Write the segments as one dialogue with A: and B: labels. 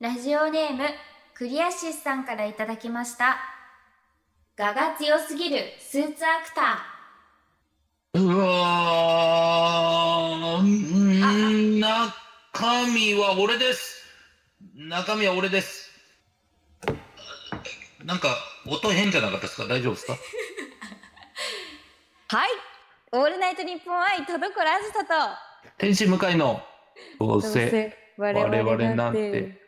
A: ラジオネーム、クリアシスさんからいただきました。画が強すぎるスーツアクター。
B: うわー、中身は俺です。中身は俺です。なんか、音変じゃなかったですか大丈夫ですか
C: はい。オールナイトニッポン愛田所あずさと。
B: 天使向かいの、どうせ、
C: 我
B: 我々なんて。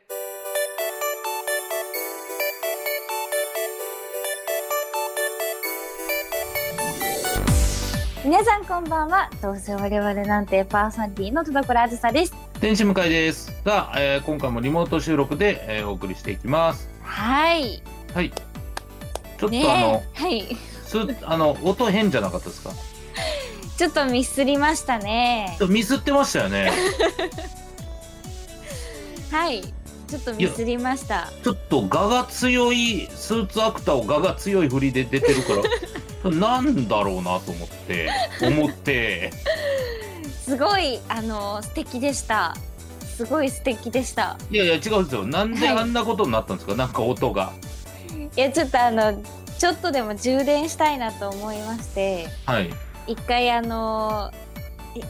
C: 皆さんこんばんは。どうせ我々なんてパーソナリティの田所あずさです。
B: 天使向かいです。が、えー今回もリモート収録で、えーお送りしていきます。
C: はい。
B: はい。ちょっとあの、
C: ねえ。はい。
B: すあの音変じゃなかったですかち
C: ちょっとミスりましたね。
B: ょっとミスってましたよね。
C: はい。ちょっとミスりました。
B: ちょっと画が強いスーツアクターを画が強い振りで出てるから なんだろうなと思って思って
C: すごいあの素敵でした。すごい素敵でした。
B: いやいや違うんですよなんであんなことになったんですか、なんか音が
C: いやちょっとあのちょっとでも充電したいなと思いまして
B: はい
C: 一回あの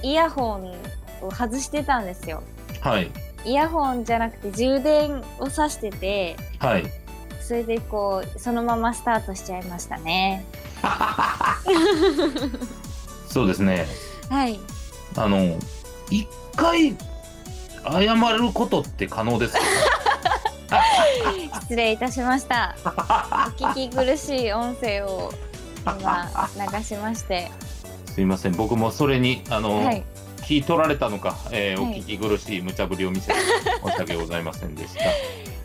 C: イヤホンを外してたんですよ
B: はい
C: イヤホンじゃなくて充電をさしてて
B: はい
C: それでこうそのままスタートしちゃいましたね
B: そうですね
C: はい
B: あの一回謝ることって可能ですか
C: 失礼いたしましたお聞き苦しい音声を今流しまして
B: すいません僕もそれにあの、
C: はい
B: 聞い取られたのか、えー
C: はい
B: お聞き苦しい無茶ぶりを見せて申し訳ございませんでし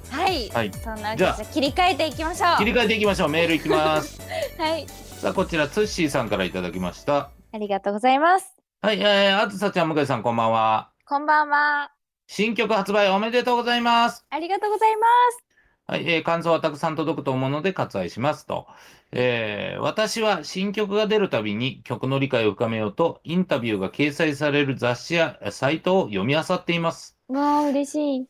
B: た
C: はい、
B: はい
C: そんなわけで
B: じ
C: じ
B: ゃあ
C: ゃあ切り替えていきましょう
B: 切り替えていきましょうメールいきます
C: はい
B: さあこちらツッシーさんからいただきました
C: ありがとうございます
B: はいえー、あずさちゃん向井さんこんばんは
C: こんばんは
B: 新曲発売おめでとうございます
C: ありがとうございます
B: はい、えー感想はたくさん届くと思うので割愛しますと、えー私は新曲が出るたびに曲の理解を深めようとインタビューが掲載される雑誌やえサイトを読み漁っています
C: わあ嬉しい。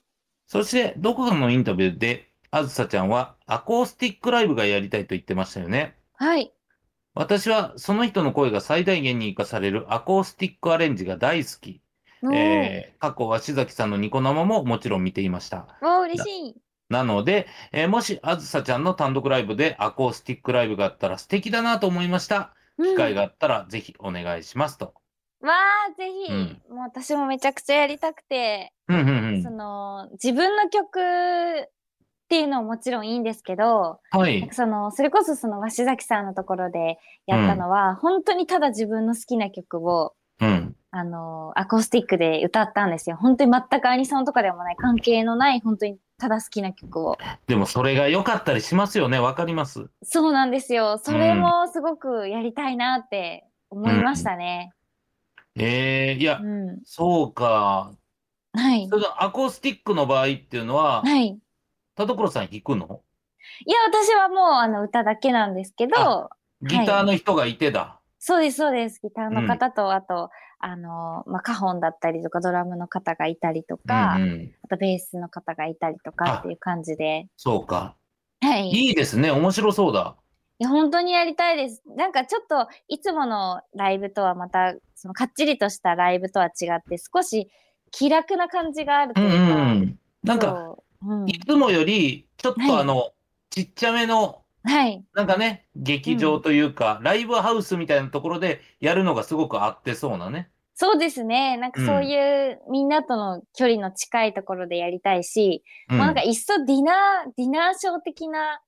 B: そしてどこかのインタビューであずさちゃんはアコースティックライブがやりたいと言ってましたよね
C: はい。
B: 私はその人の声が最大限に活かされるアコースティックアレンジが大好きえー過去は志崎さんのニコ生ももちろん見ていました。
C: おーわあ嬉しい。
B: なので、えーもしあずさちゃんの単独ライブでアコースティックライブがあったら素敵だなと思いました。機会があったらぜひお願いしますと。
C: うん。わあぜひ、
B: うん
C: もう私もめちゃくちゃやりたくて、
B: うんうん
C: その自分の曲っていうのももちろんいいんですけど、
B: うん。は
C: ないんか。そのそれこそその鷲崎さんのところでやったのは、本当にただ自分の好きな曲を。
B: うん。
C: あのアコースティックで歌ったんですよ。本当に全くアニソンとかでもない関係のない本当にただ好きな曲を。
B: でもそれが良かったりしますよね。わかります。
C: そうなんですよ。それもすごくやりたいなって思いましたね。
B: えー、いや、
C: うん
B: そうか。
C: はい
B: そ。れとアコースティックの場合っていうのは、
C: はい。い
B: 田所さん弾くの
C: や、私はもう、あの、歌だけなんですけど、
B: ギターの人がいてだ。
C: そうです、そうです。ギターの方と、あと、あの、まあ、カホンだったりとか、ドラムの方がいたりとか、
B: うんうん。
C: あと、ベースの方がいたりと
B: あ
C: かっていう感じで、
B: そうか。
C: はい。い
B: いいですね。面白そうだ。
C: や、本当にやりたいです。なんか、ちょっと、いつものライブとはまた、その、かっちりとしたライブとは違って、少し気楽な感じがあると
B: う
C: い
B: ん
C: う
B: う
C: か、
B: んうん。なんか、
C: そう、うん
B: いつもより、ちょっ
C: はい
B: とあの、ちっちゃめの、
C: はい。
B: なんかね、劇場というか、ライブハウスみたいなところでやるのがすごく合ってそうなね。
C: そうですね。なんかそういう、みんなとの距離の近いところでやりたいし、
B: うん
C: もうなんかいっそディナー、ディナーショー的な、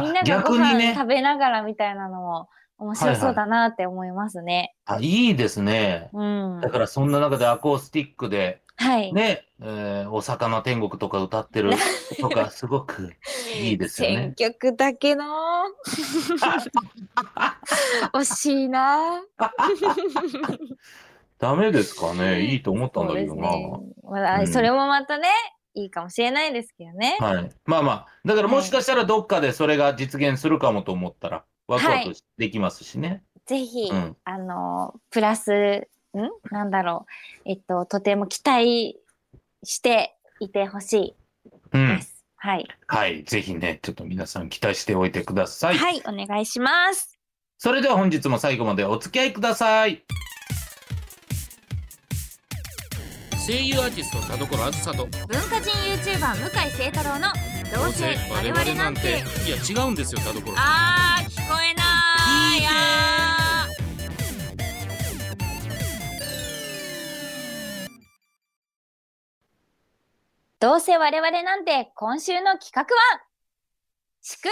C: みんなが
B: あ
C: ご
B: 逆に
C: 飯
B: ね
C: 食べながらみたいなのも面白そうだなって思いますね。
B: あ、いいですね。
C: うん。
B: だからそんな中でアコースティックで、
C: はい。
B: ね、えーお魚天国とか歌ってると か、すごくいいですよ
C: 選
B: ね。
C: 曲だけ の惜しいな
B: ダメですかね。いいと思ったんだけどな。
C: まあ
B: うん
C: それもまたねいいかもしれないですけどね
B: はい。まあまあ、だからもしかしたらどっかでそれが実現するかもと思ったら、ワクワクできますしね。
C: ぜひ、
B: うん
C: あのプラスんなんだろうえっととても期待していてほしい
B: うん
C: で。す、はい。
B: はい。ぜひね、ちょっと皆さん期待しておいてください。
C: はい、お願いします。
B: それでは本日も最後までお付き合いください。声優アーティスト田所あずさと
A: 文化人 YouTuber 向井聖太郎の「どうせ我々なんて
B: いや違うんですよ田所」
A: あー聞こえなーいあー
C: どうせ我々なんて今週の企画は 祝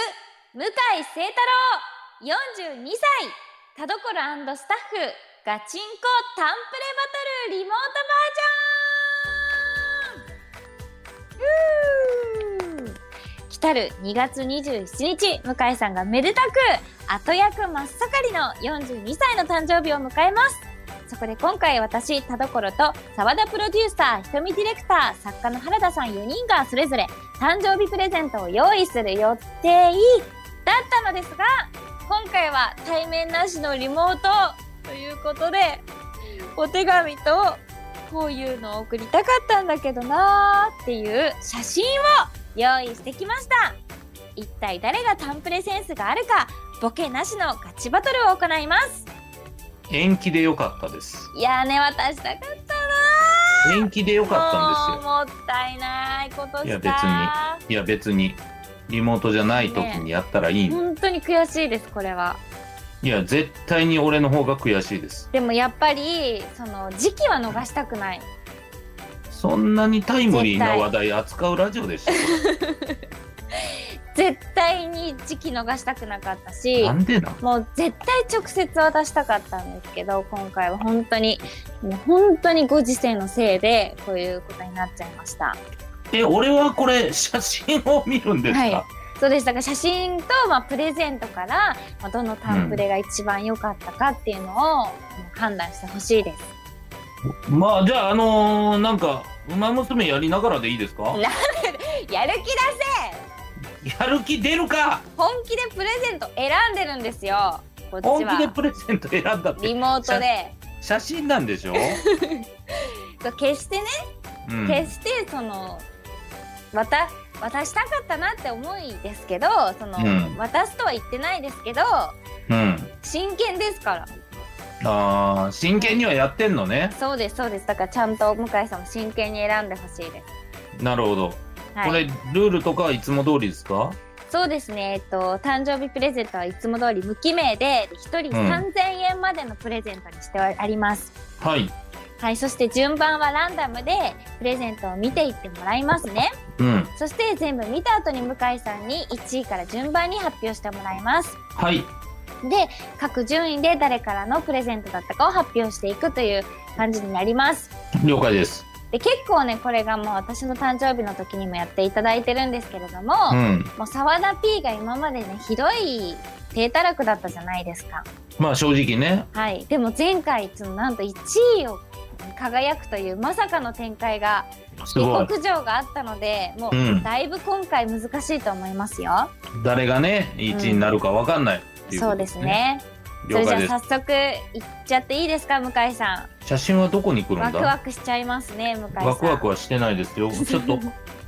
C: 向井聖太郎42歳田所スタッフガチンコタンプレバトルリモートバージョンふう来たる2月27日向井さんがめでたく後役真っ盛りの42歳の誕生日を迎えますそこで今回私、田所と沢田プロデューサー、瞳ディレクター、作家の原田さん4人がそれぞれ誕生日プレゼントを用意する予定だったのですが、今回は対面なしのリモートということで、お手紙とこういうのを送りたかったんだけどなーっていう写真を用意してきました。一体誰がタンプレセンスがあるか、ボケなしのガチバトルを行います。
B: 延期でよかったです
C: いやーね、渡したかったなー。
B: 延期でよかったんですよ
C: もうもったいないことした
B: いや別にいや別にリモートじゃない時にやったらいい、
C: 本当に悔しいですこれはい
B: や絶対に俺の方が悔しいです
C: でもやっぱりその時期は逃したくない
B: そんなにタイムリーな話題扱うラジオでした
C: 絶対に時期逃したくなかったし
B: なんでなん
C: もう絶対直接渡したかったんですけど今回は本当にもう本当にご時世のせいでこういうことになっちゃいました
B: え俺はこれ写真を見るんですか、
C: はいそうでしたが写真と、まあ、プレゼントから、まあ、どのタンプレが一番良かったかっていうのをもう判断してほしいです
B: まあじゃああのーなんか「ウマ娘」やりながらでいいですか
C: なやる気出せ
B: やる気出るか
C: 本気でプレゼント選んでるんですよこっち
B: 本気で
C: は
B: プレゼント選んだって
C: リモートで
B: 写真なんで しょ、
C: そう決してね、
B: うん、
C: 決してその渡渡したかったなって思いですけどその、
B: うん
C: 渡すとは言ってないですけど
B: うん
C: 真剣ですから
B: あー真剣にはやってんのね
C: そうですそうですだからちゃんと向井さんも真剣に選んでほしいです、
B: なるほど、
C: はい、
B: これルールとかはいつも通りですか
C: そうですね、えっと、誕生日プレゼントはいつも通り無記名で1人3000円までのプレゼントにしてあります、
B: はい
C: はい、そして順番はランダムでプレゼントを見ていってもらいますね。
B: うん
C: そして全部見た後に向井さんに1位から順番に発表してもらいます。
B: はい
C: で、各順位で誰からのプレゼントだったかを発表していくという感じになります。
B: 了解です
C: で、結構ね、これがもう私の誕生日の時にもやっていただいてるんですけれども、
B: うん
C: もう沢田 P が今までね、ひどい低たらくだったじゃないですか。
B: まあ正直ね
C: はい、でも前回そのなんと1位を輝くというまさかの展開が
B: す
C: 下
B: ごい
C: 克上があったのでも
B: うん
C: うだいぶ今回難しいと思いますよ、
B: 誰がね1位になるかわかんないっていう
C: そ
B: こ
C: う
B: と
C: ですねそ
B: 了
C: れじ
B: 解
C: ゃ
B: です
C: あ早速いっちゃっていいですか向井さ
B: 写真はどこに来
C: ん
B: る
C: ワ
B: んだ
C: クワクしちゃいますね向井さん
B: ワクワクはしてないで すよちょっと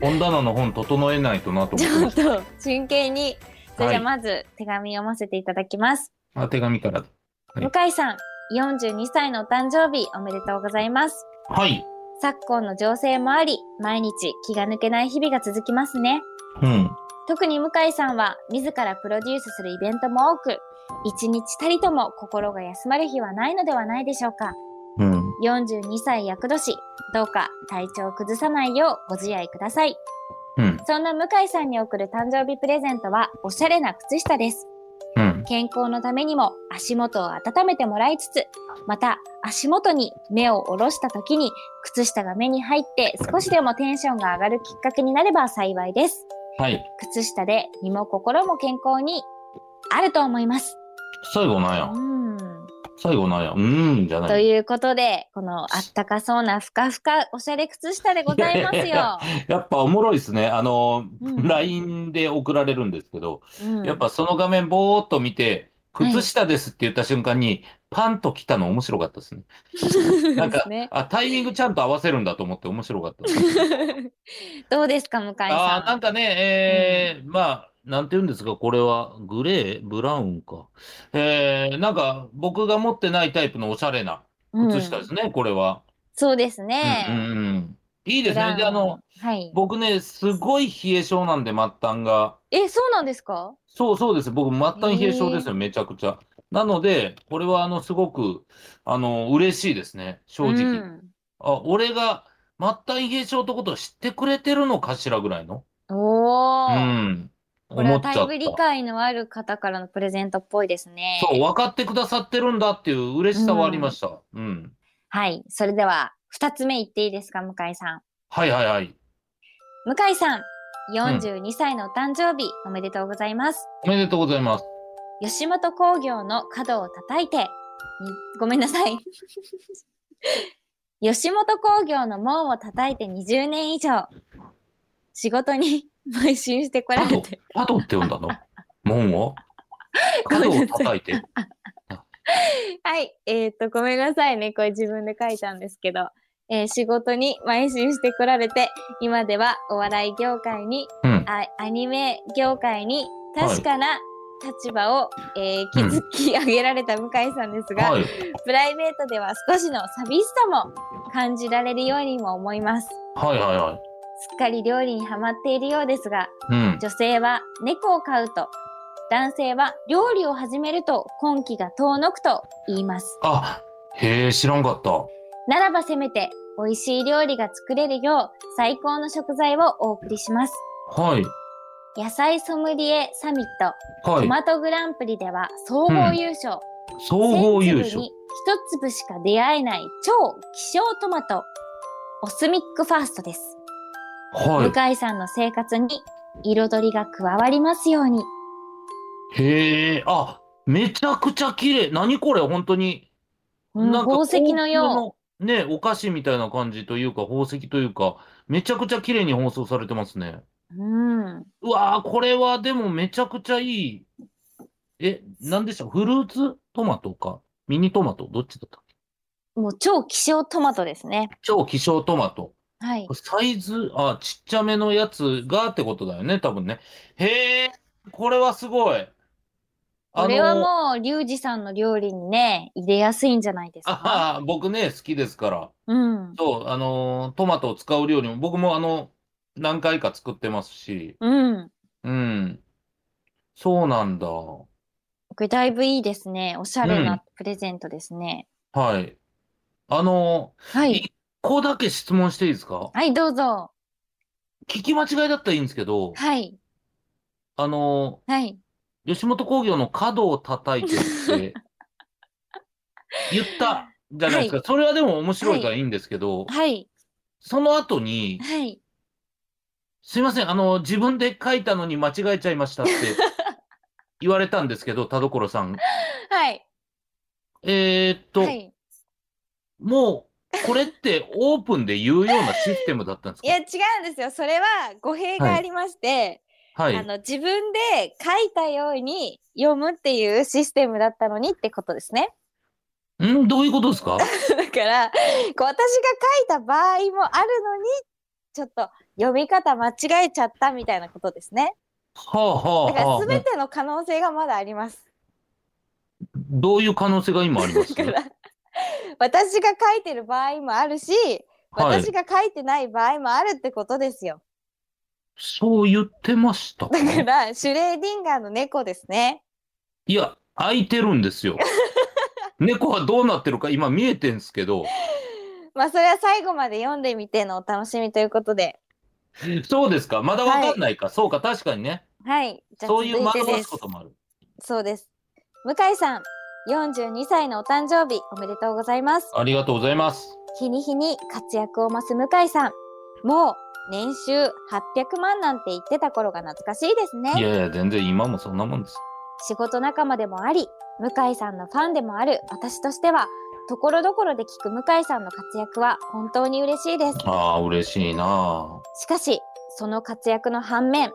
B: 本棚の本整えないとなと
C: ち
B: 思って
C: ょ
B: ま
C: っ
B: す
C: と真剣にそれじゃあ
B: はい
C: まず手紙読ませていただきます、
B: あ手紙からはい
C: 向井さん42歳のお誕生日おめでとうございます
B: はい
C: 昨今の情勢もあり毎日気が抜けない日々が続きますね
B: うん
C: 特に向井さんは自らプロデュースするイベントも多く一日たりとも心が休まる日はないのではないでしょうか
B: うん
C: 42歳厄年どうか体調を崩さないようご自愛ください
B: うん
C: そんな向井さんに贈る誕生日プレゼントはおしゃれな靴下です
B: うん
C: 健康のためにも足元を温めてもらいつつまた足元に目を下ろした時に靴下が目に入って少しでもテンションが上がるきっかけになれば幸いです
B: はい
C: 靴下で身も心も健康にあると思います。
B: 最後なんや
C: うん
B: 最後なんやうーんじゃな
C: と
B: い
C: いうことで、このあったかそうなふかふかおしゃれ靴下でございます
B: いやいや
C: よ。
B: やっぱおもろいですねあの
C: う
B: LINE で送られるんですけど
C: うん
B: やっぱその画面ぼーっと見て、
C: はい
B: 靴下ですって言った瞬間に、パンと来たの面白かったですね。なんか、あ、タイミングちゃんと合わせるんだと思って面白かったです。
C: どうですか、向井さん。
B: あーなんかね、えーまあ、なんて言うんですか、これは、グレーブラウンか。えーなんか、僕が持ってないタイプのおしゃれな
C: うん
B: 靴下ですね、これは。
C: そうです
B: うん
C: ね。
B: うんうんいいですね。で、あの、
C: はい。
B: 僕ね、すごい冷え性なんで、末端が。
C: え、そうなんですか。
B: そうそうです。僕、末端冷え性ですよ、めちゃくちゃ。なので、これは、あの、すごく、あの、嬉しいですね、正直。
C: うん
B: あ、俺が末端冷え性ってことを知ってくれてるのかしらぐらいの。
C: お
B: う
C: お、
B: ん。
C: これ
B: 思
C: は
B: っちゃ
C: だ
B: っ
C: いぶ理
B: た。
C: 解のある方からのプレゼントっぽいですね。
B: そう、分かってくださってるんだっていう嬉しさはありました。うん。
C: はい。それでは、二つ目言っていいですか、向井さん。
B: はいはいはい。
C: 向井さん、42歳のお誕生日、おめでとうございます。
B: おめでとうございます。
C: 吉本興業の角を叩いて、にごめんなさい。 吉本興業の門を叩いて20年以上、仕事に 邁進してこられて、
B: パドって呼 んだの門を角を叩いて。
C: はい、えー、っと、ごめんなさいね、これ自分で書いたんですけど、えー仕事に邁進してこられて、今ではお笑い業界に
B: うん。
C: あアニメ業界に確かな立場を、えー築き上げられた向井さんですが、
B: はい。
C: プライベートでは少しの寂しさも感じられるようにも思います。
B: はいはいは
C: すっかり料理にハマっているようですが、
B: い。うん。
C: 女性は猫を飼うと、男性は料理を始めると今期が遠のくと言います。
B: あ、へえ、知らんかった。
C: ならばせめて美味しい料理が作れるよう最高の食材をお送りします。
B: はい。
C: 野菜ソムリエサミット
B: は
C: ト
B: い。
C: マトグランプリでは総合優勝、
B: 総合
C: 千粒
B: 優勝
C: に。一粒しか出会えない超希少トマトオスミックファーストです、
B: は
C: 向井さんの生活に彩りが加わりますように
B: い。へえ、あ、めちゃくちゃ綺麗。何これ、本当に。
C: うん
B: なんか
C: 宝石のよ
B: う。ね、お菓子みたいな感じというか、宝石というか、めちゃくちゃ綺麗に包装されてますね。
C: ううん
B: うわー、これはでもめちゃくちゃいい。え、なんでしたフルーツトマトかミニトマトどっちだったっけ
C: もう超希少トマトですね
B: 超希少トマト。
C: はい
B: これサイズ、あ、ちっちゃめのやつがってことだよね、多分ね。へえ、これはすごい。あ
C: これは
B: の、
C: もうリュウジさんの料理にね入れやすいんじゃないです
B: あ
C: か
B: はは僕ね、好きですから。
C: うん
B: そう、あのートマトを使う料理も、僕もあの、何回か作ってますし、
C: うん
B: うん。そうなんだ。は
C: これだいぶいいですねおしゃれなプレゼントですね、
B: い。あのー、
C: はい
B: 一個だけ質問していいですか
C: はいどうぞ
B: 聞き間違いだったらいいんですけど、
C: はい
B: あの
C: はい
B: ー、吉本興業の角を叩いてって、言ったじゃないですか。それはでも面白いからいいんですけど、
C: はい
B: その後に、
C: はい
B: すいません、あの、自分で書いたのに間違えちゃいましたって言われたんですけど、田所さん。
C: はい。
B: えーっと、
C: はい、
B: もう、これってオープンで言うようなシステムだったんです
C: い
B: か
C: や違うんですよそれは語弊がありまして、
B: はい。
C: あの自分で書いたように読むっていうシステムだったのにってことですね
B: んどういうことですか
C: だからこう私が書いた場合もあるのにちょっと読み方間違えちゃったみたいなことですね
B: はあは
C: だか
B: あは
C: ら
B: あ。
C: 全ての可能性がまだあります
B: どういう可能性が今あります
C: だから私が書いてる場合もあるし
B: はい
C: 私。が書いてない場合もあるってことですよ
B: そう言ってましたか
C: だからシュレーディンガーの猫ですね
B: いや、空いてるんで すよ。猫はどうなってるか今見えてんすけど、
C: まあそれは最後まで読んでみてのお楽しみということで。
B: そうですかまだわかんないか、そうか、確かにね。
C: はい。じゃあ
B: そうい
C: 続
B: う
C: い
B: 惑
C: てで
B: わ
C: す
B: すこともある。
C: そうです。向井さん、42歳のお誕生日おめでとうございます。
B: ありがとうございます。
C: 日に日に活躍を増す向井さん。もう年収800万なんて言ってた頃が懐かしいです
B: い
C: ね。
B: やいや、全然今もそんなもんです。
C: 仕事仲間でもあり、向井さんのファンでもある私としては、ところどころで聞く向井さんの活躍は本当に嬉しいです。
B: ああ、嬉しいな
C: しかし、その活躍の反面、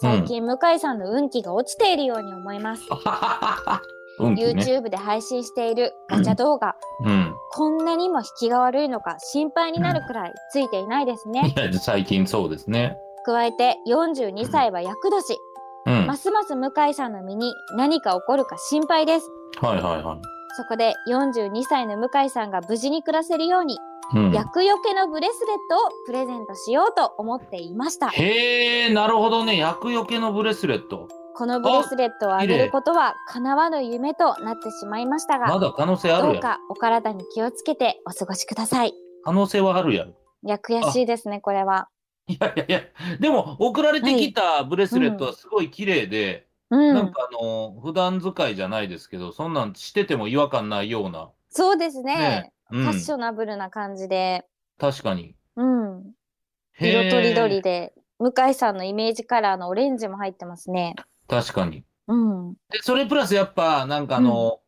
C: 最近向井さんの運気が落ちているように思います。
B: あ。 運気ね。
C: YouTube で配信しているガチャ動画、
B: うん。
C: こんなにも引きが悪いのか心配になるくらいついていないです
B: い
C: ね。
B: や、最近そうですね。
C: 加えて42歳は厄年、
B: うん。は
C: ま
B: い
C: すます向井さんの身に何か起こるか心配です。
B: はいは
C: そこで42歳の向井さんが無事に暮らせるように、
B: い。うん。
C: 厄除けのブレスレットをプレゼントしようと思っていました。
B: へえ、なるほどね。厄除けのブレスレット。
C: このブレスレットをあげることは叶わぬ夢となってしまいました
B: ま
C: が、
B: だ可能性あ
C: ど
B: る
C: う
B: やん。
C: かお体に気をつけてお過ごしください。
B: 可能性はあるやん。
C: いや、悔しいですね、これは。
B: いやいやいや、でも送られてきたブレスレットはすごい綺麗で、
C: う
B: なん
C: ん。
B: かあの、普段使いじゃないですけど、そんなんしてても違和感ないような。
C: そうですね
B: ね。う
C: フ
B: ん
C: ァッショナブルな感じで、
B: 確かに。
C: うん。
B: へー
C: 色とりどりで、向井さんのイメージカラーのオレンジも入ってますね。
B: 確かに。
C: うん。
B: で、それプラスやっぱ、なんかあの、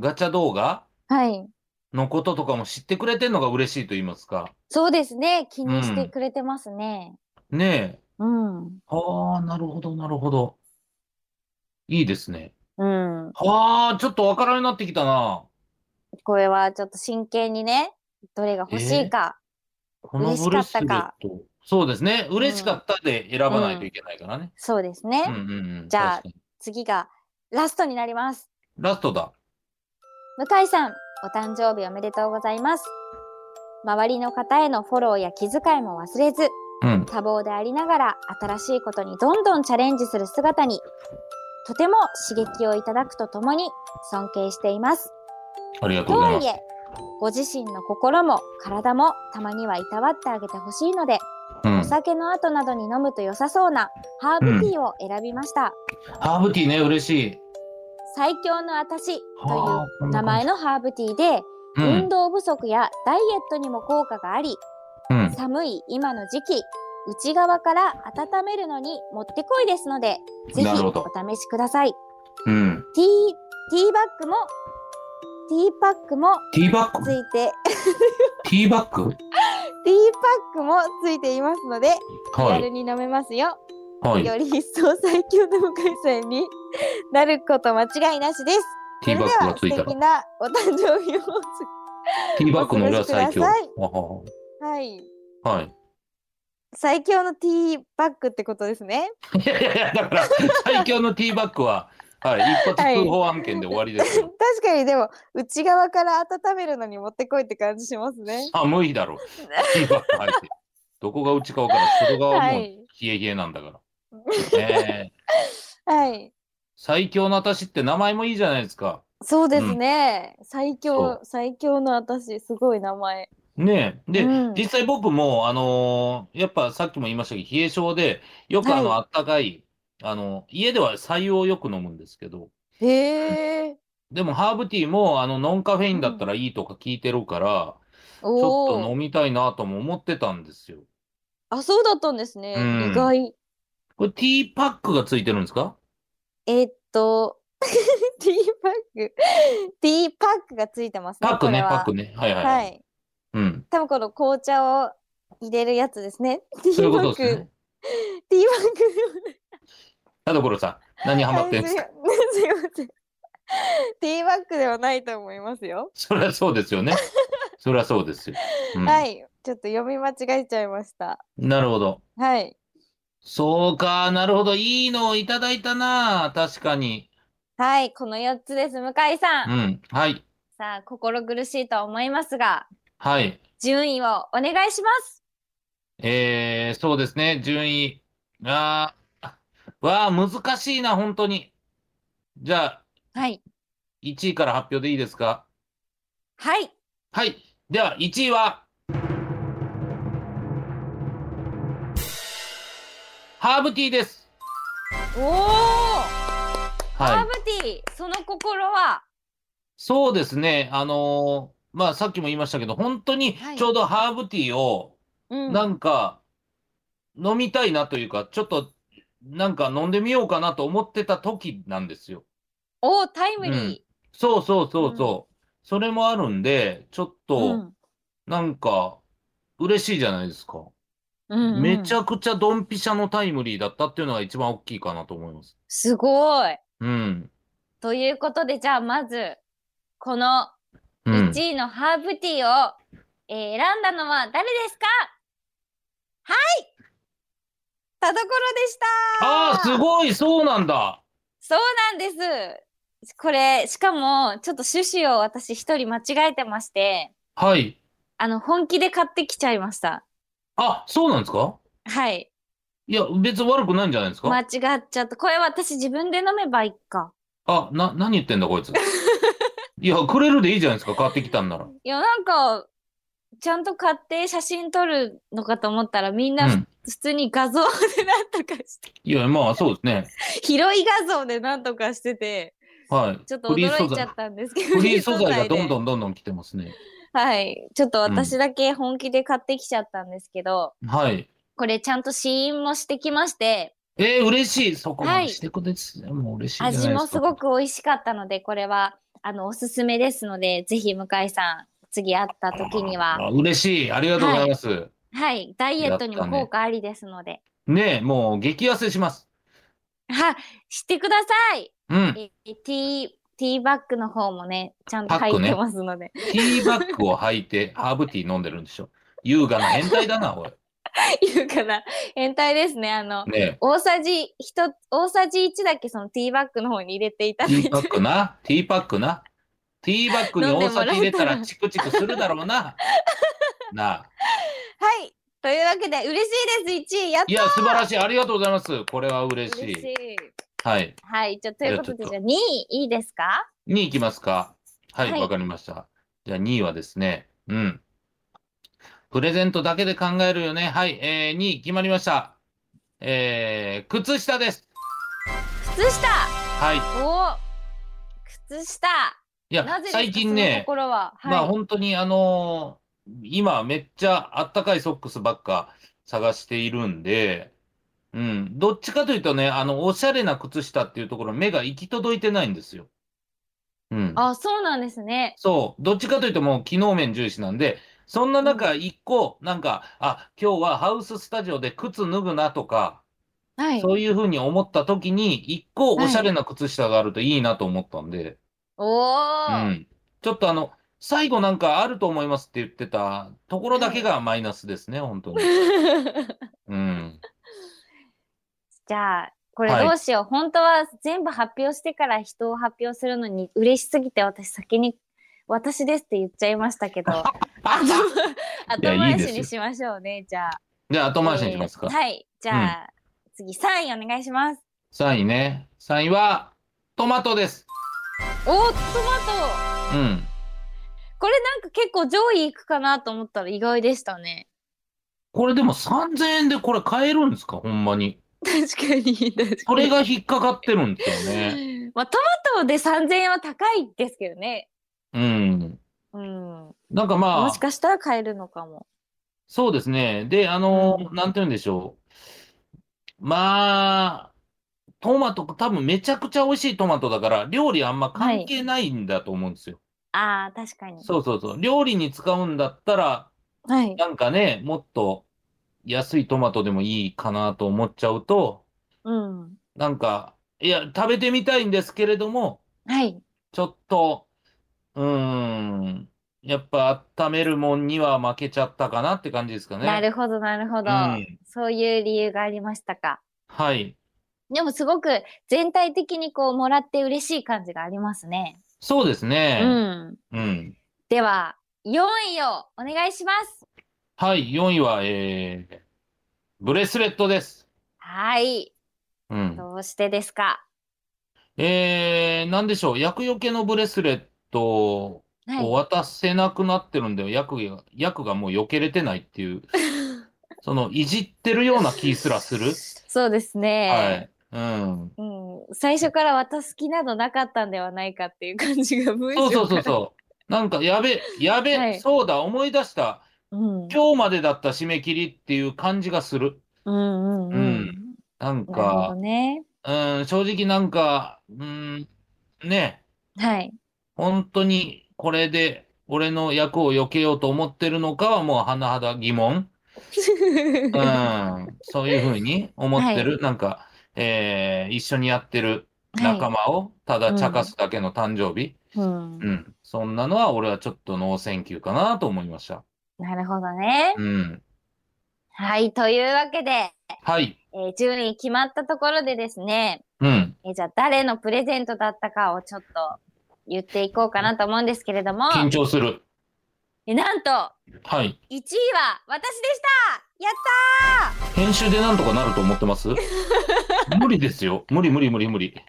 B: ガチャ動画
C: はい。
B: のこととかも知ってくれてんのが嬉しいと言いますか。
C: そうですね。気にしてくれてますね。
B: ねえ。
C: うん。
B: ああ、なるほど、なるほど。いいですね。
C: うん。
B: ああ、ちょっとわからんようになってきたな。
C: これはちょっと真剣にね、どれが欲しいか。
B: この
C: 嬉し
B: ブ
C: か
B: レ
C: っ
B: スレ
C: た
B: ッ
C: か
B: ト。そうですね。嬉しかったで選ばないといけないからね。
C: そうですね。
B: うんうんうん
C: じゃあ
B: 確かに
C: 次がラストになります。
B: ラストだ。
C: 向井さん、お誕生日おめでとうございます。周りの方へのフォローや気遣いも忘れず、
B: うん。
C: 多忙でありながら新しいことにどんどんチャレンジする姿に、とても刺激をいただくとともに尊敬しています。
B: ありがと
C: と
B: うござい
C: は
B: ま
C: い
B: す。
C: え、ご自身の心も体もたまにはいたわってあげてほしいので、
B: うん
C: お。酒の後などに飲むと良さそうなハーブティーを選びました。
B: ハーブティーね、嬉しい。
C: 最強の私
B: はあ
C: という名前のハーブティーで、
B: う
C: 運
B: ん。
C: 動不足やダイエットにも効果があり、
B: うん。
C: 寒い今の時期、内側から温めるのにもってこいですので、ぜひ
B: なるほ
C: お
B: ど
C: 試しください。
B: うん。
C: ティー、ティーバッグも、ティーパックも
B: ティーバッ
C: つ
B: グ
C: いて、
B: ティーバッグ
C: ティーパックもついていますので、気
B: は
C: 軽
B: い。
C: に飲めますよ。
B: はい。
C: より一層最強の向井さんに なること間違いなしです。そ
B: ティ
C: れ
B: ー
C: で
B: バッグ
C: は
B: がつ
C: 素
B: いたら。
C: 敵なお誕生日をお過
B: ティーバッグの裏は最強。
C: お
B: は
C: 過ごし
B: は
C: ご。はい。
B: ははい。
C: 最強のティーバッグってことですね。
B: いやいやいや、だから、最強のティーバッグは、はい、一発通報案件で終わりですよ。
C: 確かにでも内側から温めるのにもってこいって感じしますね。
B: 寒いだろ。ティーバッグ入って。どこが内側から、外側はもう、冷え冷えなんだから。ええ
C: はい。
B: 最強の私って名前もいいじゃないですか。
C: そうですね。最
B: そ
C: 強最強の私すごい名前。
B: ねえ。で、
C: うん
B: 実際僕も、あのーやっぱさっきも言いましたけど、冷え性で、よくあの、
C: は
B: あったかい、あの、家では白湯をよく飲むんですけど、
C: へ え。
B: でもハーブティーも、あの、ノンカフェインだったらいいとか聞いてるから、ちょっと
C: おお。
B: 飲みたいなとも思ってたんですよ。
C: あそうだったんですね。
B: うん
C: 意外。
B: これティーパックがついてるんですか
C: えーっと ティーバッグティーパックがついてますね。
B: パック
C: こ
B: ね、
C: れは
B: パックね。はいはいはい。
C: はい。
B: うん。
C: 多分この紅茶を入れるやつですね。ティ
B: そうい
C: ー
B: う
C: バ
B: こと
C: ッ
B: です
C: グ
B: ね。
C: ティー
B: 田所さん、何ハ
C: バ
B: マ
C: ッグ。
B: ってんすか
C: すいません。 ティーバッグではないと思いますよ。
B: そりゃそうで すよね。そりゃそうですよ。うん
C: はい、ちょっと読み間違えちゃいました。
B: なるほど。
C: はい、
B: そうか、なるほど。いいのをいただいたな。確かに。
C: はい、この4つです、向井さん。
B: うん。はい。
C: さあ、心苦しいとは思いますが、
B: はい。
C: 順位をお願いします。
B: えー、そうですね。順位。あーあ、わあ、難しいな、本当に。じゃあ、
C: はい、
B: 1位から発表でいいですか
C: はい、
B: はい。では、1位は、ハーブティーです。
C: おお、ハ
B: は
C: ー
B: い。
C: ブティー、その心は。
B: そうですね。あのーまあ、さっきも言いましたけど、本当に
C: はい
B: ちょうどハーブティーを、
C: うん、
B: なんか、飲みたいなというか、ちょっと、なんか飲んでみようかなと思ってた時なんですよ。
C: おお、タイムリ
B: そうそうそうそう。それもあるんで、ちょっ
C: ー。う
B: と、
C: ん
B: なんか、嬉しいじゃないですか。
C: うんうん
B: めちゃくちゃドンピシャのタイムリーだったっていうのが一番大きいかなと思います。
C: すごい
B: うん。
C: ということで、じゃあまず、この
B: うん。
C: 1位のハーブティーを、えー選んだのは誰ですかはい田所でした
B: ああ、すごい、そうなんだ。
C: そうなんですこれ、しかも、ちょっと趣旨を私一人間違えてまして、
B: はい。
C: あの、本気で買ってきちゃいました。
B: あ、そうなんですか
C: はい。
B: いや、別に悪くないんじゃないです
C: 間
B: か
C: 違っちゃった。これ私自分で飲めばいいか。
B: あ、な、何言ってんだ、こいつ。いや、くれるでいいじゃないですか、買ってきたんなら。
C: いや、なんか、ちゃんと買って写真撮るのかと思ったら、みん
B: う
C: なふ
B: ん。
C: 普通に画像でなんとかして、
B: いや、まあ、そうですね。
C: 広い画像でなんとかしてて、
B: は い。
C: ちょっと
B: フリー素
C: 驚
B: 材
C: いちゃったんですけど、
B: フリー素材がどん
C: ん。
B: どんどんどん来てますね。
C: はい。ちょっと私だけ本気で買ってきちゃったんですけど、
B: はい。
C: これちゃんと試飲もしてきまして、
B: えー、嬉しい。そこま
C: は
B: で
C: い
B: してくれて、もう嬉しいじゃないです
C: 味
B: か。
C: もすごく美味しかったので、これは、あの、おすすめですので、ぜひ向井さん、次会った時には、
B: あ嬉しい。ありがとうございます。
C: はい、ダイエットにも
B: やったね
C: 効果ありですので、
B: ねえ、もう激痩せします。
C: は、してください
B: うん。
C: ええティー、ティーバッグの方もね、ちゃんと
B: パック
C: 入っ
B: ね
C: てますので。
B: ティーバッグを履いて、ハーブティー飲んでるんでしょ。優雅な変態だな、おい。
C: いうかな。変態ですね。あの、
B: ね
C: 大さじ1、大さじ1だけそのティーバッグの方に入れていた
B: え、
C: だ
B: テ
C: い
B: ィ
C: て
B: ー、バッグな、ティーパックな。ティーバッグに大さじ入れたらチクチクするだろうな。なあ。
C: はい。というわけで、嬉しいです。1位、やっ
B: いや、素晴らしい。ありがとうございます。これは嬉
C: た
B: しい。
C: 嬉しい。
B: はい。
C: はい。じゃあ、ということで、
B: いや
C: じ
B: ち
C: ゃあ2位、いいですか
B: 2位いきますか。はい、
C: は
B: わ、
C: い
B: かりました。じゃあ2位はですね、うん。プレゼントだけで考えるよね。はい、えー、2位決まりました。えー、靴下です。
C: 靴下
B: はい。い
C: お靴下な
B: や
C: ぜ、ですか
B: 最近
C: その
B: ね、
C: 心は。はい、
B: まあ本当にあのー今めっちゃあったかいソックスばっか探しているんで、うん、どっちかというとね、あの、おしゃれな靴下っていうところ、目が行き届いてないんですよ。うん。
C: あ、そうなんですね。
B: そう、どっちかというともう機能面重視なんで、そんな中一個、なんか、あ、今日はハウススタジオで靴脱ぐなとか、
C: はい。
B: そういうふうに思った時に、一個
C: はい
B: おしゃれな靴下があるといいなと思ったんで、
C: お
B: う
C: ー、
B: ん。ちょっとあの、最後なんかあると思いますって言ってたところだけがマイナスですね、本当に。 うん。
C: じゃあ、これ
B: はい
C: どうしよう。本当は全部発表してから人を発表するのに嬉しすぎて私先に私ですって言っちゃいましたけど、 後
B: や
C: 後
B: いい
C: 回
B: です
C: し
B: よ
C: にしましょうね。じゃあ。
B: じゃあ後回しにしますか
C: えー。はい。じゃあ、次3位お願いします。
B: 3位ね。3位は、トマトです。
C: おー、トマト
B: うん。
C: これなんか結構上位いくかなと思ったら意外でしたね。
B: これでも3000円でこれ買えるんですかほんまに。
C: 確かに、確
B: それが引っかかってるんですよね。
C: まあ、トマトで3000円は高いですけどね。
B: うん。
C: うん。
B: なんかま
C: も
B: あ
C: し、かしたら買えるのかも。
B: そうですね。で、あのー
C: うん
B: なんて言うんでしょう。まあ、トマト、多分めちゃくちゃ美味しいトマトだから、料理あんま関係ないんだと思うんですよ。
C: ああ、確かに。
B: そうそうそう。料理に使うんだったら、
C: はい。
B: なんかね、もっと安いトマトでもいいかなと思っちゃうと、
C: うん。
B: なんか、いや、食べてみたいんですけれども、
C: はい。
B: ちょっと、うーん、やっぱ温めるもんには負けちゃったかなって感じですかね。
C: なるほど、なるほど、
B: うん
C: そういう理由がありましたか。
B: はい。
C: でもすごく全体的にこうもらって嬉しい感じがありますね。
B: そうです
C: う
B: ね。
C: ん。
B: うん。
C: では、4位をお願いします。
B: はい、4位は、えー、ブレスレットです。
C: はい。
B: うん。
C: どうしてですか
B: えー、なんでしょう。厄除けのブレスレット
C: はい
B: を。渡せなくなってるんで、厄が、厄がもう避けれてないっていう、その、いじってるような気すら する。
C: そうです
B: は
C: ね。
B: い。うん。
C: うん。最初から渡す気などなかったんではないかっていう感じが文章
B: そうそうそううそう。なんか、やべ、やべ、
C: はい
B: そうだ、思い出した。
C: そう。うん。
B: 今日までだった締め切りっていう感じがする。
C: うんうんう。
B: うんなん
C: なるほど
B: か、
C: ね。
B: うん、正直なんか、うん、ね、
C: はい。
B: 本当にこれで俺の役を避けようと思ってるのかはもう甚だ疑問。 うん、そういうふうに思ってる。なんか、えー一緒にやってる仲間をただ茶化すだけの誕生日、
C: うん
B: うん、そんなのは俺はちょっとノーセンキューかなと思いました。
C: なるほどね。
B: うん。
C: はい、というわけで、
B: はい。
C: えー順位決まったところでですね、
B: うん。
C: えーじゃあ誰のプレゼントだったかをちょっと言っていこうかなと思うんですけれども、
B: 緊張する。
C: えなんと
B: はい。
C: 1位は私でしたやっ
B: 編集でなんとかなると思ってます 無理ですよ。無理無理無理無理。
C: た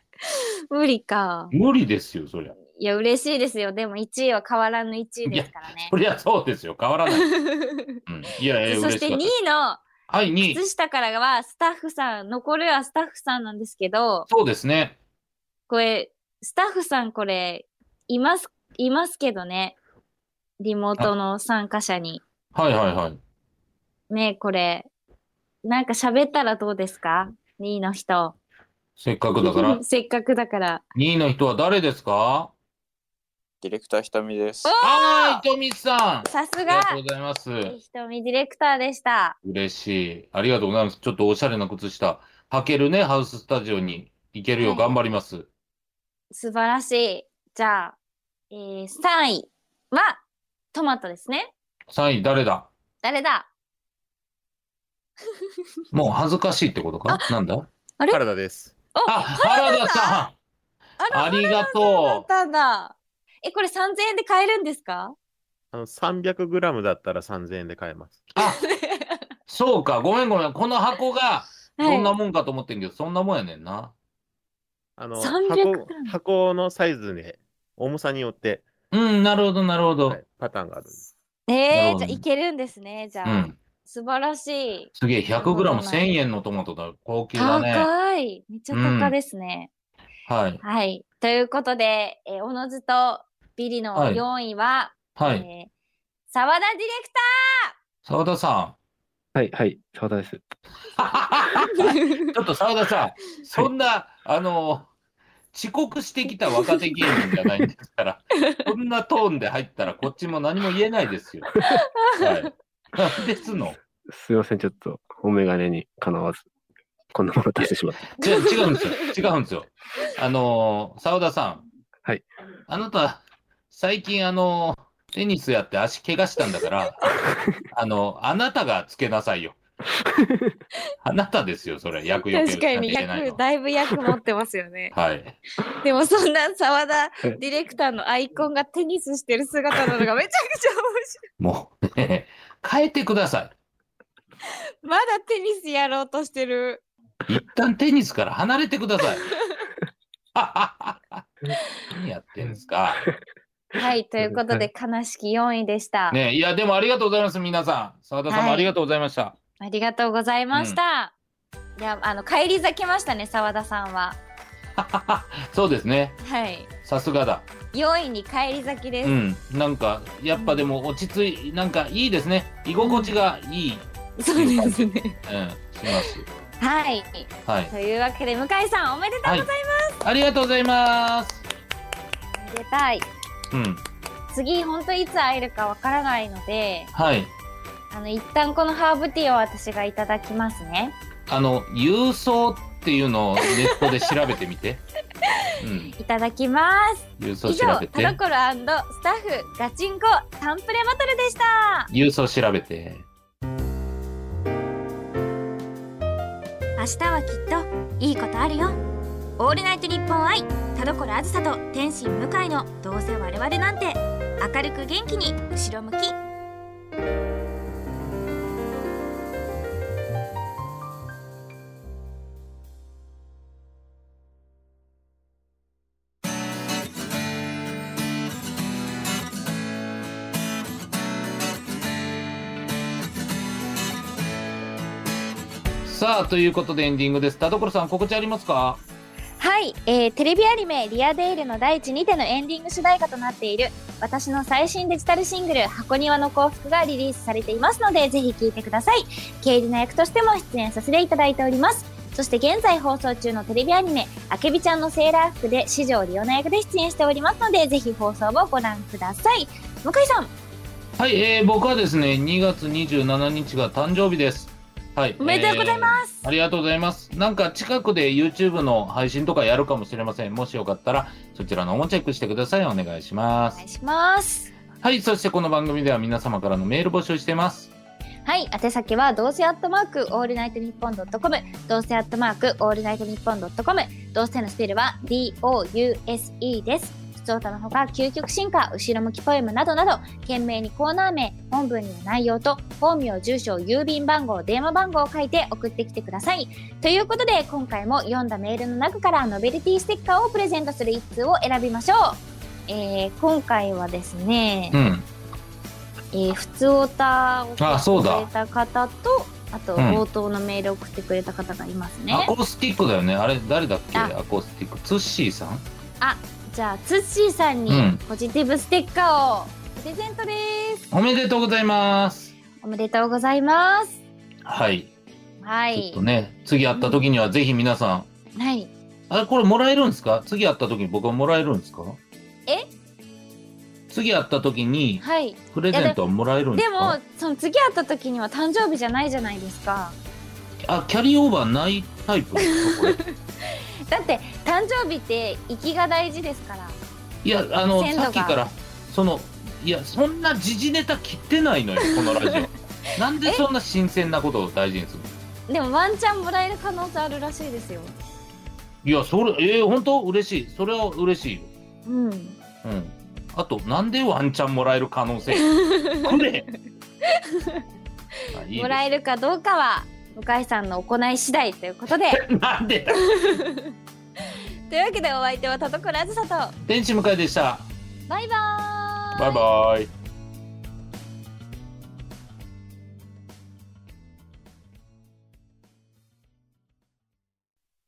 C: 無理か。
B: 無理ですよ、そりゃ。
C: いや、嬉しいですよ。でも1位は変わらぬ1位ですからね
B: そ。りゃそうですよ。変わらない。うん、いやいや、
C: そ
B: 嬉
C: し
B: してか
C: 2
B: っ
C: 位の
B: た。はい、2位。
C: 靴下からはスタッフさん、残るはスタッフさんなんですけど、
B: そうですね。
C: これ、スタッフさんこれ、います、いますけどね。リモートの参加者に。
B: はいはいはい。
C: ねこれ、なんか喋ったらどうですか ?2 位の人。
B: せっかくだか ら。
C: せっかくだから。
B: 2位の人は誰ですか
D: ディレクターひとみです。
B: あー、いとみさん。
C: さすが
B: ありがとうございます。
C: ひとみディレクターでした。
B: 嬉しい。ありがとうございます。ちょっとおしゃれな靴下。履けるね、ハウススタジオに行けるよう
C: はい
B: 頑張ります。
C: 素晴らしい。じゃあ、えー、3位はトマトですね。
B: 3位、誰だ
C: 誰だ
B: もう恥ずかしいってことかなんだ
C: え
E: 原田です。
C: お
B: あ、原田さ
C: あ
B: ん
C: ら
B: ありが
C: だっ
B: と
C: たんだ。え、これ3000円で買えるんです か
E: あの、300グラムだったら3000円で買えます。
B: うあ、そうか。ごめんごめん。この箱がどんな
C: はい、
B: もんかと思ってんけど、そんなもんやねんな。
E: あの、
C: 300グ
E: 箱
C: ラム、
E: 箱のサイズで、重さによって、
B: うん、なるほど、なるほど。
E: はいパターンがあるんです。
C: えー、
B: なるほど
C: じゃあいけるんですね。じゃ
B: う
C: あ、
B: ん。
C: 素晴らしい。
B: すげえ、100グラム1000円のトマトだ。高級だね。
C: 高い。めっちゃ高ですね。
B: はい。
C: はい。ということで、えーおのずとビリの
B: はい
C: 4位は、
B: はい。
C: えー沢田ディレクター
B: 澤田さ
F: はい、はい、沢田です。
B: ん。ちょっと澤田さん、そんな、あの、遅刻してきた若手芸人じゃないんです から、こんなトーンで入ったら、こっちも何も言えないで すよ。はい。 なんですの
F: すいません、ちょっとお眼鏡にかなわず、こんなもの出してしまって。
B: ち違うんですよ。違うんですよ。あの、澤田さん。
F: はい。
B: あなた、最近、あの、テニスやって足怪我したんだ から、あの、あなたがつけなさいよ。あなたですよ、それ。役よけ
C: 確かに
B: しなきゃ
C: 役
B: いけないの
C: だいぶ役持ってますよ ね
B: はい。
C: でもそんな澤田ディレクターのアイコンがテニスしてる姿なのがめちゃくちゃ面白
B: もう、ね、変えてくださ
C: いまだテニスやろうとしてる
B: い。一旦テニスから離れてください。何やってんですか。
C: はいということで 悲しき4位でした、
B: ねいや、でもありがとうございます、皆さん。澤田さんも
C: はい
B: ありがとうございました。
C: ありがとうございました、いやあの帰り咲きましたね澤田さんは
B: そうですね。
C: はい
B: さすがだ。
C: 4位に帰り咲きです、
B: うん、なんかやっぱでも落ち着いなんかいいですね居心地がいい、うん、し
C: そうですね
B: ます
C: はい
B: はい
C: というわけで向井さんおめでとうございます、
B: ありがとうございます
C: おめでたい
B: うん
C: 次本当いつ会えるかわからないので
B: はい
C: あの一旦このハーブティーを私がいただきますね。
B: あの郵送っていうのをネットで調べてみてうん
C: いただきます。
B: 郵送
C: 以
B: 調
C: 上
B: べ
C: タ
B: て
C: ロコロスタッフガチンコタンプレバトルでした。
B: 郵送調べて
A: 明日はきっといいことあるよオールナイトニッポン愛田所あずさと天心向井のどうせ我々なんて明るく元気に後ろ向き
B: さあということでエンディングです田所さん告知ありますか
C: はい、えーテレビアニメ「リアデイルの大地」にてのエンディング主題歌となっている私の最新デジタルシングル「箱庭の幸福」がリリースされていますのでぜひ聴いてください経理の役としても出演させていただいておりますそして現在放送中のテレビアニメ「あけびちゃんのセーラー服」で四条リオナ役で出演しておりますのでぜひ放送をご覧ください向井さん
B: はい、えー僕はですね2月27日が誕生日ですはい。
C: おめでとうございます、
B: ありがとうございます。なんか近くで YouTube の配信とかやるかもしれません。もしよかったらそちらの方もチェックしてください。お願いしま
C: お
B: す
C: 願。いします
B: はい。そしてこの番組では皆様からのメール募集してます。
C: はい、宛先はどうせアットマークオールナイトニッポンドットコム、どうせアットマークオールナイトニッポンドットコム、どうせのスペルは D-O-U-S-E です。普通歌のほか、究極進化、後ろ向きポエムなどなど、懸命にコーナー名、本文には内容と、本名、住所、郵便番号、電話番号を書いて送ってきてください。ということで、今回も読んだメールの中からノベルティステッカーをプレゼントする一通を選びましょう。えー、今回はですね、
B: うん。
C: えー、普通オタを
B: あそうだ
C: 送ってくれた方とあと
B: うん
C: 冒頭のメールを送ってくれた方がいますね、
B: アコースティックだよね。あれ誰だっけ？
C: あ
B: アコースティック。ツッシーさん？
C: じゃあツッシーさんに
B: うん
C: ポジティブステッカーをプレゼントです、
B: おめでとうございます。
C: おめでとうございます
B: はい。
C: は
B: ちょっ
C: い
B: とね、次会った時にはぜひ皆さん、
C: はい
B: あれこれもらえるんですか？次会った時に僕はもらえるんですか？
C: え？
B: 次会った時に
C: はい
B: プレゼントはもらえるんです
C: で
B: か？
C: もその次会った時には誕生日じゃないじゃないですか
B: あキャリーオーバーないタイプですかこれ
C: だって誕生日って息が大事ですから
B: いやあの
C: 鮮度
B: さ
C: が
B: っきからそのいやそんな時事ネタ切ってないのよこのラジ オなんでそんな新鮮なことを大事にするの
C: でもワンチャンもらえる可能性あるらしいですよ
B: いやそれえー、本当嬉しいそれは嬉しいよ
C: うん
B: うんあとなんでワンチャンもらえる可能性く れあいい
C: もらえるかどうかは向井さんの行い次第ということ で
B: ですなんでだ
C: というわけでお相手は田所あずさと
B: 天使向井でした
C: バイバーイ
B: バイバイ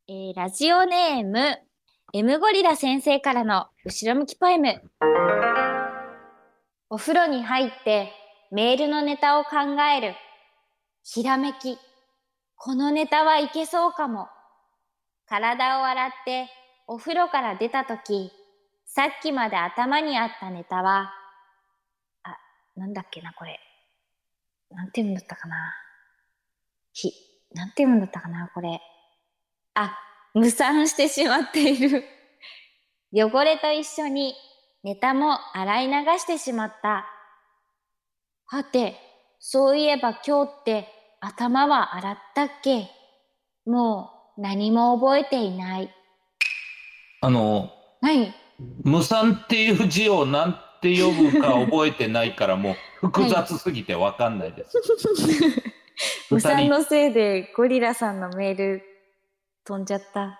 C: えーラジオネーム M ゴリラ先生からの後ろ向きポエムお風呂に入ってメールのネタを考えるひらめきこのネタはいけそうかも体を洗ってお風呂から出た時さっきまで頭にあったネタはあなんだっけなこれなんて読むんだったかなひなんて読むんだったかなこれあ、無産してしまっている。汚れと一緒にネタも洗い流してしまった。はて、そういえば今日って頭は洗ったっけもう何も覚えていない。
B: あの
C: はい。
B: 無産っていう字をなんて読むか覚えてないからもう複雑すぎてわかんないです。
C: 無
B: 二
C: 産
B: 人
C: のせいでゴリラさんのメール飛んじゃった。